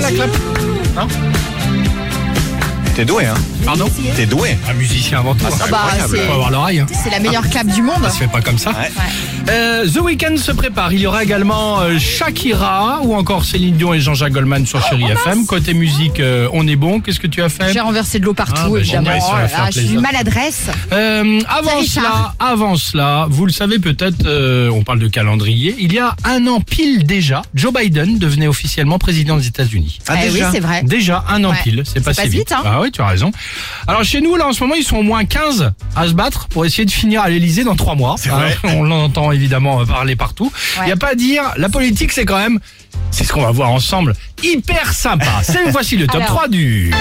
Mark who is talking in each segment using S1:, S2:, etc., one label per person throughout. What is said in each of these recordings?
S1: la clap Non
S2: T'es doué, hein
S1: Pardon
S2: T'es doué.
S1: Eh, Un musicien avant tout.
S2: Ah
S1: hein.
S2: bah,
S1: Faut
S3: c'est-
S1: avoir l'oreille. hein.
S3: C'est la meilleure clap du monde.
S1: Ça se fait pas comme ça.
S2: Ouais.
S1: Euh, The Weeknd se prépare. Il y aura également euh, Shakira ou encore Céline Dion et Jean-Jacques Goldman sur Chéri FM. Côté musique, euh, on est bon. Qu'est-ce que tu as fait
S3: Oh, J'ai renversé de l'eau partout,
S1: Ah, bah,
S3: évidemment.
S1: génial, ça va
S3: Oh là
S1: faire
S3: là, je suis
S1: plaisir.
S3: une maladresse.
S1: Euh, avant
S3: Salut,
S1: cela,
S3: Charles.
S1: avant cela, vous le savez peut-être, euh, on parle de calendrier. Il y a un an pile déjà, Joe Biden devenait officiellement président des États-Unis.
S2: Ah,
S3: Eh oui,
S2: déjà
S3: c'est vrai.
S1: Déjà un an
S3: Ouais.
S1: pile, c'est
S3: Ça
S1: passé
S3: passe
S1: vite.
S3: vite, hein.
S1: Ah oui, tu as raison. Alors chez nous, là, en ce moment, ils sont au moins 15 à se battre pour essayer de finir à l'Elysée dans trois mois. Hein,
S2: vrai.
S1: on l'entend évidemment euh, parler partout. Il
S3: Ouais.
S1: n'y a pas à dire, la politique, c'est quand même, c'est ce qu'on va voir ensemble, hyper sympa. c'est voici le top
S3: Alors.
S1: 3 du...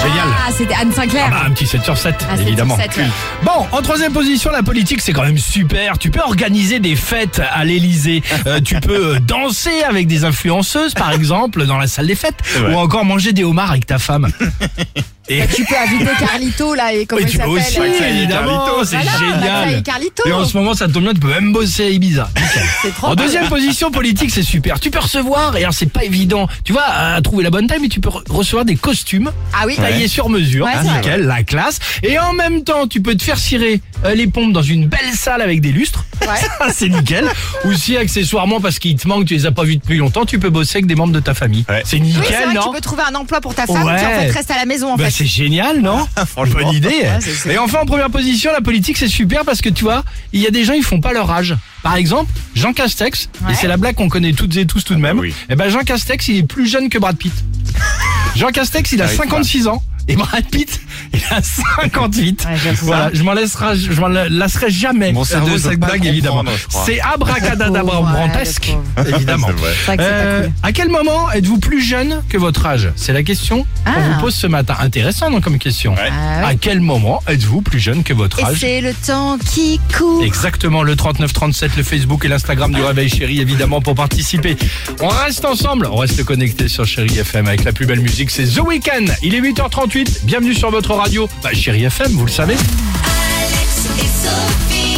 S1: Génial.
S3: Ah, c'était Anne Sinclair.
S1: Ah, un petit 7 sur 7,
S3: Ah, 7
S1: évidemment.
S3: sur 7, ouais.
S1: Bon, en troisième position, la politique, c'est quand même super. Tu peux organiser des fêtes à l'Elysée. tu peux euh, danser avec des influenceuses, par exemple, dans la salle des fêtes.
S2: vrai.
S1: Ou encore manger des homards avec ta femme. Et
S3: Tu peux inviter Carlito, là, et comment
S1: bah. Oui,
S3: il
S1: tu peux
S3: s'appelle euh,
S1: aussi,
S2: Maxa et
S1: évidemment,
S2: Carlito,
S1: c'est
S3: Voilà, Maxa
S1: génial.
S3: et Carlito.
S1: Et en ce moment, ça tombe bien, tu peux même bosser à Ibiza. Nickel.
S3: C'est trop
S1: En
S3: bien.
S1: deuxième position politique, c'est super. Tu peux recevoir, et alors c'est pas évident, tu vois, à trouver la bonne taille, mais tu peux re- recevoir des costumes
S3: Ah oui,
S1: taillé sur mesure.
S3: Ouais,
S1: Ah,
S3: c'est vrai.
S1: nickel, la classe. Et en même temps, tu peux te faire cirer euh, les pompes dans une belle salle avec des lustres. Ça, c'est nickel. Ou si accessoirement, parce qu'il te manque, tu les as pas vus depuis longtemps, tu peux bosser avec des membres de ta famille.
S2: Ouais.
S1: C'est
S3: Oui,
S1: nickel,
S3: c'est vrai que
S1: non
S3: tu peux trouver un emploi pour ta femme qui en
S1: Ouais.
S3: fait reste à la maison en
S1: Bah,
S3: fait.
S1: c'est génial, non
S2: franchement.
S1: Bonne idée.
S3: c'est- c'est-
S1: Et enfin, en première position, la politique, c'est super parce que tu vois, il y a des gens, ils font pas leur âge. Par exemple, Jean Castex, et
S3: Ouais.
S1: c'est la blague qu'on connaît toutes et tous tout de même.
S2: oui.
S1: Et ben Jean Castex, il est plus jeune que Brad Pitt. Jean Castex, il a
S2: J'arrive pas.
S1: 56 ans et Brad Pitt, il a 58.
S3: Ouais, j'avoue.
S1: voilà, je m'en laisserai, je m'en lasserai jamais
S2: Mon cerveau
S1: de
S2: veut
S1: cette
S2: pas
S1: blague
S2: comprendre,
S1: évidemment.
S2: je crois.
S1: C'est
S3: Oh, Ouais,
S1: abracadabrantesque,
S3: le
S1: évidemment.
S2: C'est vrai.
S3: C'est vrai Ah, que c'est pas
S1: Euh,
S3: cool.
S1: à quel moment êtes-vous plus jeune que votre âge C'est la question qu'on
S3: Ah.
S1: vous pose ce matin. Intéressant non, comme question.
S2: Ouais.
S3: Ah oui.
S1: À quel moment êtes-vous plus jeune que votre
S3: Et
S1: âge
S3: c'est le temps qui court.
S1: Exactement, le 3937, le Facebook et l'Instagram
S3: Ah.
S1: du Réveil Chéri, évidemment, pour participer. On reste ensemble, on reste connectés sur Chéri FM avec la plus belle musique, c'est The Weeknd. Il est 8h38, bienvenue sur votre radio. Bah, Chéri FM, vous le savez.
S4: Alex et Sophie.